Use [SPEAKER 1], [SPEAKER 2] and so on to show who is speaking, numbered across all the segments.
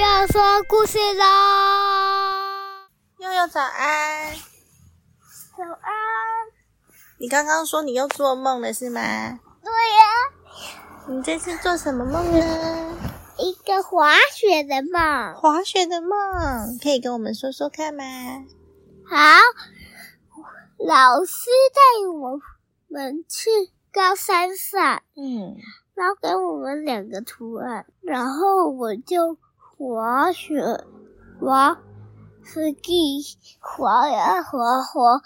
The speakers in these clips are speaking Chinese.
[SPEAKER 1] 要说故事喽！
[SPEAKER 2] 悠悠早安，
[SPEAKER 1] 早安。
[SPEAKER 2] 你刚刚说你又做梦了是吗？
[SPEAKER 1] 对呀、
[SPEAKER 2] 你这次做什么梦呢？
[SPEAKER 1] 一个滑雪的梦。
[SPEAKER 2] 滑雪的梦，可以跟我们说说看吗？
[SPEAKER 1] 好，老师带我们去高山上，
[SPEAKER 2] 嗯，
[SPEAKER 1] 然后给我们两个图案，然后我就滑雪，滑 ski，滑呀滑滑，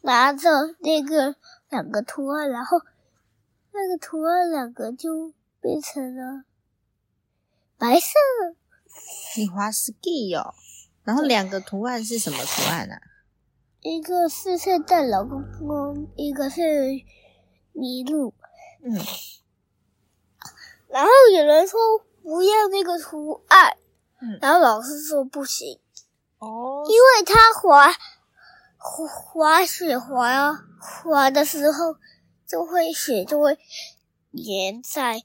[SPEAKER 1] 拿着那个两个图案，然后那个图案两个就变成了白色。
[SPEAKER 2] 你滑 ski 哦，然后两个图案是什么图案啊？
[SPEAKER 1] 一个是圣诞老公公，一个是麋鹿。
[SPEAKER 2] 嗯，
[SPEAKER 1] 然后有人说不要那个图案，
[SPEAKER 2] 嗯
[SPEAKER 1] 然后老师说不行，
[SPEAKER 2] 哦
[SPEAKER 1] 因为他滑滑滑雪滑滑的时候，就会雪就会粘在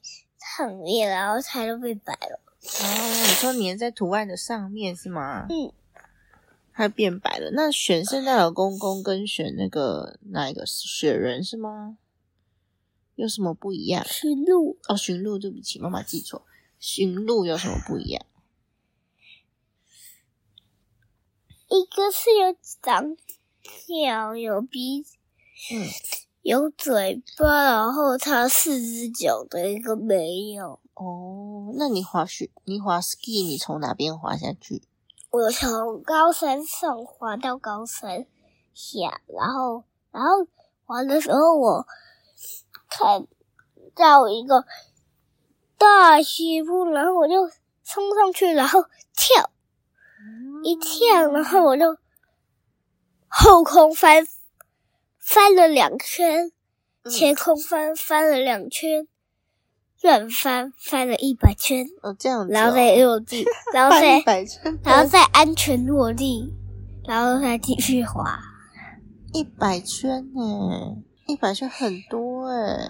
[SPEAKER 1] 上面，然后它就变白了。
[SPEAKER 2] 哦，你说粘在图案的上面是吗？
[SPEAKER 1] 嗯，
[SPEAKER 2] 它变白了。那选圣诞老公公跟选那个哪一个雪人是吗？有什么不一样？
[SPEAKER 1] 是鹿，
[SPEAKER 2] 哦，驯鹿，对不起，妈妈记错，驯鹿有什么不一样？
[SPEAKER 1] 一个是有长角，有鼻子
[SPEAKER 2] 嗯，
[SPEAKER 1] 有嘴巴，然后它四只脚的一个没有。
[SPEAKER 2] 哦，那你滑雪，你滑 ski，你从哪边滑下去？
[SPEAKER 1] 我从高山上滑到高山下，然后然后滑的时候，我看到一个大斜坡，然后我就冲上去，然后跳一跳，然后我就后空翻翻了两圈，
[SPEAKER 2] 嗯
[SPEAKER 1] 前空翻翻了两圈，乱翻翻了一百圈，
[SPEAKER 2] 哦，这样子、哦，
[SPEAKER 1] 然后再落地，然后
[SPEAKER 2] 翻
[SPEAKER 1] 再
[SPEAKER 2] 一。百圈，
[SPEAKER 1] 然后再安全落地，然后再继续滑。
[SPEAKER 2] 一百圈呢，一百圈很多哎，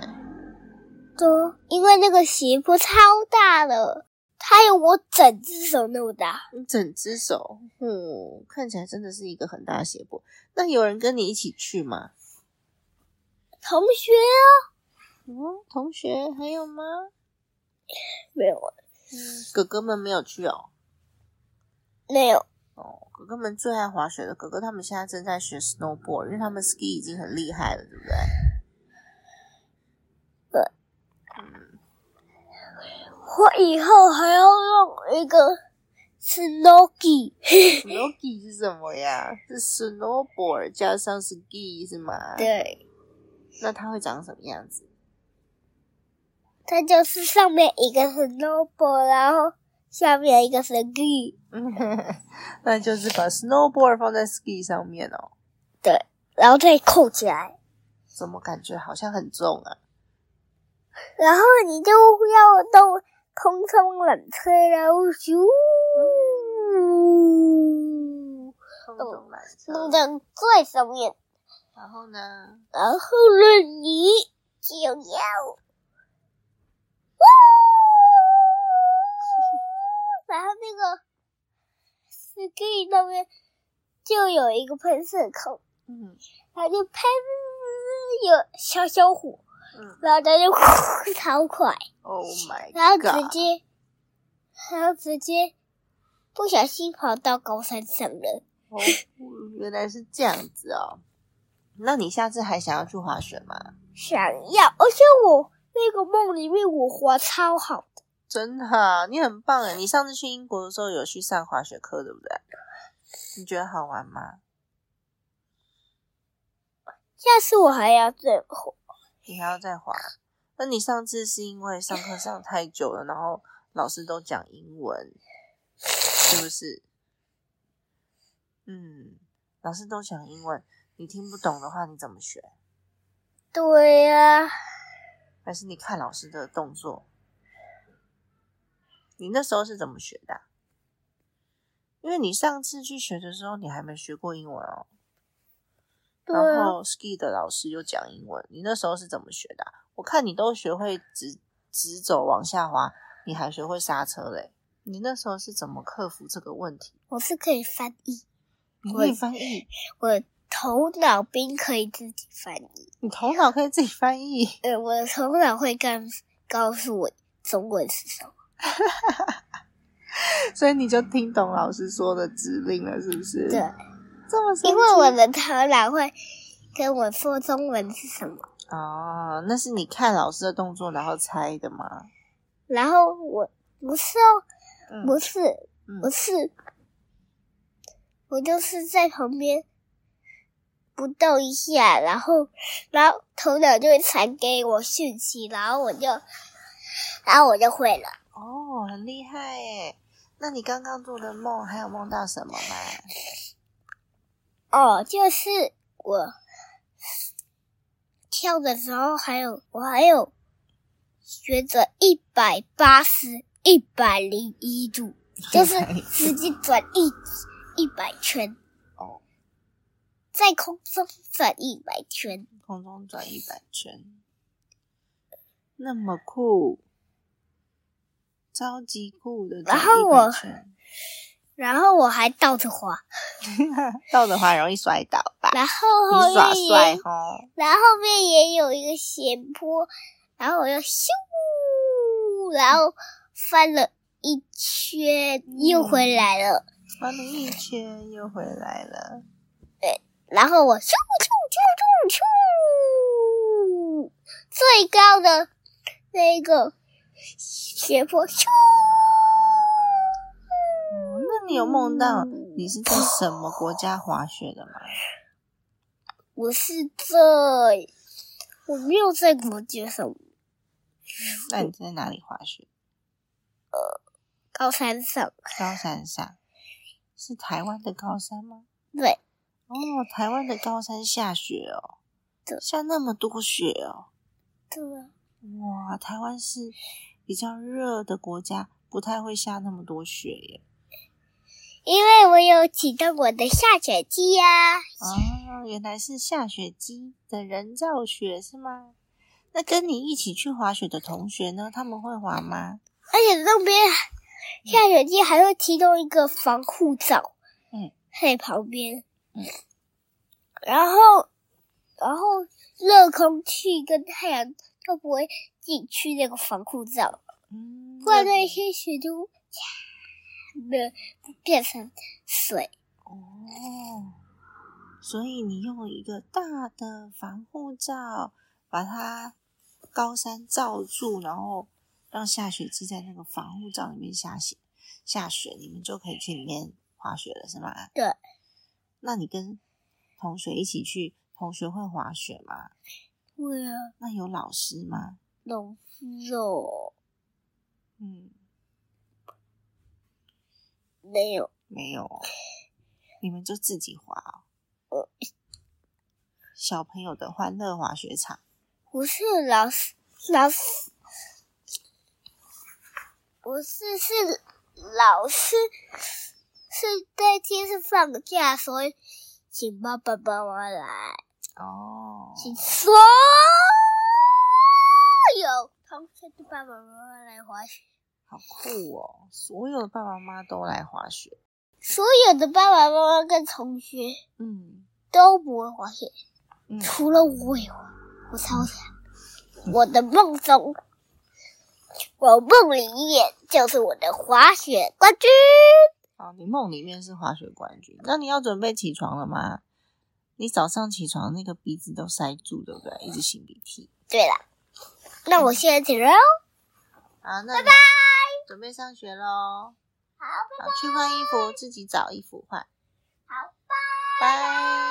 [SPEAKER 1] 对，因为那个斜坡超大的，它有我整只手那么大。
[SPEAKER 2] 你整只手，嗯，看起来真的是一个很大的斜坡。那有人跟你一起去吗？
[SPEAKER 1] 同学啊，
[SPEAKER 2] 嗯，同学还有吗？
[SPEAKER 1] 没有，
[SPEAKER 2] 哥哥们没有去哦。
[SPEAKER 1] 没有，
[SPEAKER 2] 哦，哥哥们最爱滑雪的哥哥，他们现在正在学 snowboard，因为他们 ski 已经很厉害了，对不对？
[SPEAKER 1] 我以后还要用一个 snoggy。
[SPEAKER 2] Snowski 是什么呀？是 snowboard 加上 ski 是吗？。
[SPEAKER 1] 对，
[SPEAKER 2] 那它会长什么样子？
[SPEAKER 1] 它就是上面一个 snowboard，然后下面一个 snoggy。
[SPEAKER 2] 那就是把 snowboard 放在 ski 上面哦。
[SPEAKER 1] 对，然后再扣起来，
[SPEAKER 2] 怎么感觉好像很重啊？
[SPEAKER 1] 然后你就要动空中缆车，然后咻。
[SPEAKER 2] 空中缆
[SPEAKER 1] 弄到
[SPEAKER 2] 车。
[SPEAKER 1] 最上面，
[SPEAKER 2] 哦然后呢？
[SPEAKER 1] 然后呢，你就要， 然后那个 ski 那边就有一个喷射口，
[SPEAKER 2] 嗯
[SPEAKER 1] 它就喷有小小火，
[SPEAKER 2] 嗯
[SPEAKER 1] 然后它就呼超快，
[SPEAKER 2] ，Oh my
[SPEAKER 1] 然后
[SPEAKER 2] god！
[SPEAKER 1] 直接，然后直接不小心跑到高山上了。
[SPEAKER 2] 哦，原来是这样子哦。那你下次还想要去滑雪吗？
[SPEAKER 1] 想要，而且我那个梦里面我滑超好的，
[SPEAKER 2] 真的啊、你很棒哎！你上次去英国的时候有去上滑雪课，对不对？你觉得好玩吗？
[SPEAKER 1] 下次我还要再滑。
[SPEAKER 2] 你还要再滑？那你上次是因为上课上太久了，然后老师都讲英文，是不是？嗯，老师都讲英文，你听不懂的话你怎么学？
[SPEAKER 1] 对啊呀、
[SPEAKER 2] 还是你看老师的动作？你那时候是怎么学的啊、因为你上次去学的时候，你还没学过英文哦。
[SPEAKER 1] 对
[SPEAKER 2] 然
[SPEAKER 1] 啊，
[SPEAKER 2] 后 ski 的老师又讲英文，你那时候是怎么学的啊、我看你都学会直直走往下滑，你还学会刹车嘞。你那时候是怎么克服这个问题？
[SPEAKER 1] 我是可以翻译，
[SPEAKER 2] 你可以翻译，
[SPEAKER 1] 我头脑冰可以自己翻译，
[SPEAKER 2] 你头脑可以自己翻译。
[SPEAKER 1] 呃，我的头脑会干告诉我中文是什么。
[SPEAKER 2] 所以你就听懂老师说的指令了，是不是？
[SPEAKER 1] 对，，
[SPEAKER 2] 这么神
[SPEAKER 1] 因为
[SPEAKER 2] 奇
[SPEAKER 1] 我的头脑会跟我说中文是什么，
[SPEAKER 2] 哦，那是你看老师的动作然后猜的吗？
[SPEAKER 1] 然后我不是哦，
[SPEAKER 2] 嗯
[SPEAKER 1] 不是，
[SPEAKER 2] 嗯
[SPEAKER 1] 不是，我就是在旁边不动一下，然后，然后头脑就会传给我讯息，然后我就，然后我就会了。
[SPEAKER 2] 哦，很厉害耶！那你刚刚做的梦还有梦到什么吗？
[SPEAKER 1] 哦，就是我跳的时候，还有我还有学着一百八十、一百零一度，就是直接转一一百圈，
[SPEAKER 2] 哦，
[SPEAKER 1] 在空中转一百圈。
[SPEAKER 2] 空中转一百圈，那么酷，超级酷的转
[SPEAKER 1] 然后我
[SPEAKER 2] 100圈。
[SPEAKER 1] 然后我还倒着滑，
[SPEAKER 2] 倒的话容易摔倒吧？
[SPEAKER 1] 然后后
[SPEAKER 2] 你耍
[SPEAKER 1] 面
[SPEAKER 2] 帅
[SPEAKER 1] 也，
[SPEAKER 2] 哦，
[SPEAKER 1] 然后后面也有一个斜坡，然后我又咻，然后翻了一圈又回
[SPEAKER 2] 嗯
[SPEAKER 1] 来了，
[SPEAKER 2] 玩了一圈又回来了。
[SPEAKER 1] 然后我咻咻咻咻咻，最高的那个斜坡咻，
[SPEAKER 2] 哦，那你有梦到
[SPEAKER 1] 嗯
[SPEAKER 2] 你是在什么国家滑雪的吗？
[SPEAKER 1] 我是在，我没有在国际上
[SPEAKER 2] 那你在哪里滑雪？
[SPEAKER 1] 高山上，
[SPEAKER 2] 高山上，是台湾的高山吗？
[SPEAKER 1] 对。
[SPEAKER 2] 哦，台湾的高山下雪哦
[SPEAKER 1] 对，
[SPEAKER 2] 下那么多雪哦，
[SPEAKER 1] 对啊，
[SPEAKER 2] 哇！台湾是比较热的国家，不太会下那么多雪耶。
[SPEAKER 1] 因为我有启动我的下雪机呀、
[SPEAKER 2] 啊，原来是下雪机的人造雪是吗？那跟你一起去滑雪的同学呢？他们会滑吗？
[SPEAKER 1] 而且那边下雪机还会提供一个防护罩，
[SPEAKER 2] 嗯，
[SPEAKER 1] 在旁边，
[SPEAKER 2] 嗯，
[SPEAKER 1] 然后，然后热空气跟太阳就不会进去那个防护罩，
[SPEAKER 2] 嗯，
[SPEAKER 1] 不然那些雪就没有变成水，
[SPEAKER 2] 哦，所以你用一个大的防护罩把它高山罩住，然后让下雪机在那个防护罩里面下雪，下雪你们就可以去里面滑雪了，是吗？
[SPEAKER 1] 对。
[SPEAKER 2] 那你跟同学一起去，同学会滑雪吗？
[SPEAKER 1] 会啊，
[SPEAKER 2] 那有老师吗？
[SPEAKER 1] 弄肉
[SPEAKER 2] 嗯，
[SPEAKER 1] 没有，
[SPEAKER 2] 没有哦，你们就自己滑哦。
[SPEAKER 1] 呃
[SPEAKER 2] 小朋友的欢乐滑雪场。
[SPEAKER 1] 不是老师，老师，不是是老师，是那天是放假，所以请爸爸妈妈来，
[SPEAKER 2] 哦，
[SPEAKER 1] 请所有同学的爸爸妈妈来滑雪，
[SPEAKER 2] 好酷哦！所有的爸爸妈妈都来滑雪。
[SPEAKER 1] 所有的爸爸妈妈跟同学
[SPEAKER 2] 嗯
[SPEAKER 1] 都不会滑雪，
[SPEAKER 2] 嗯，
[SPEAKER 1] 除了我会滑，我超强。我的梦中，我梦里面就是我的滑雪冠军。
[SPEAKER 2] 好，你梦里面是滑雪冠军，那你要准备起床了吗？你早上起床那个鼻子都塞住，对不对？一直擤鼻涕
[SPEAKER 1] 对了，那我现在起来哦，
[SPEAKER 2] 啊。那拜拜，准备上学喽。好，去换衣服，自己找衣服换。好，拜拜。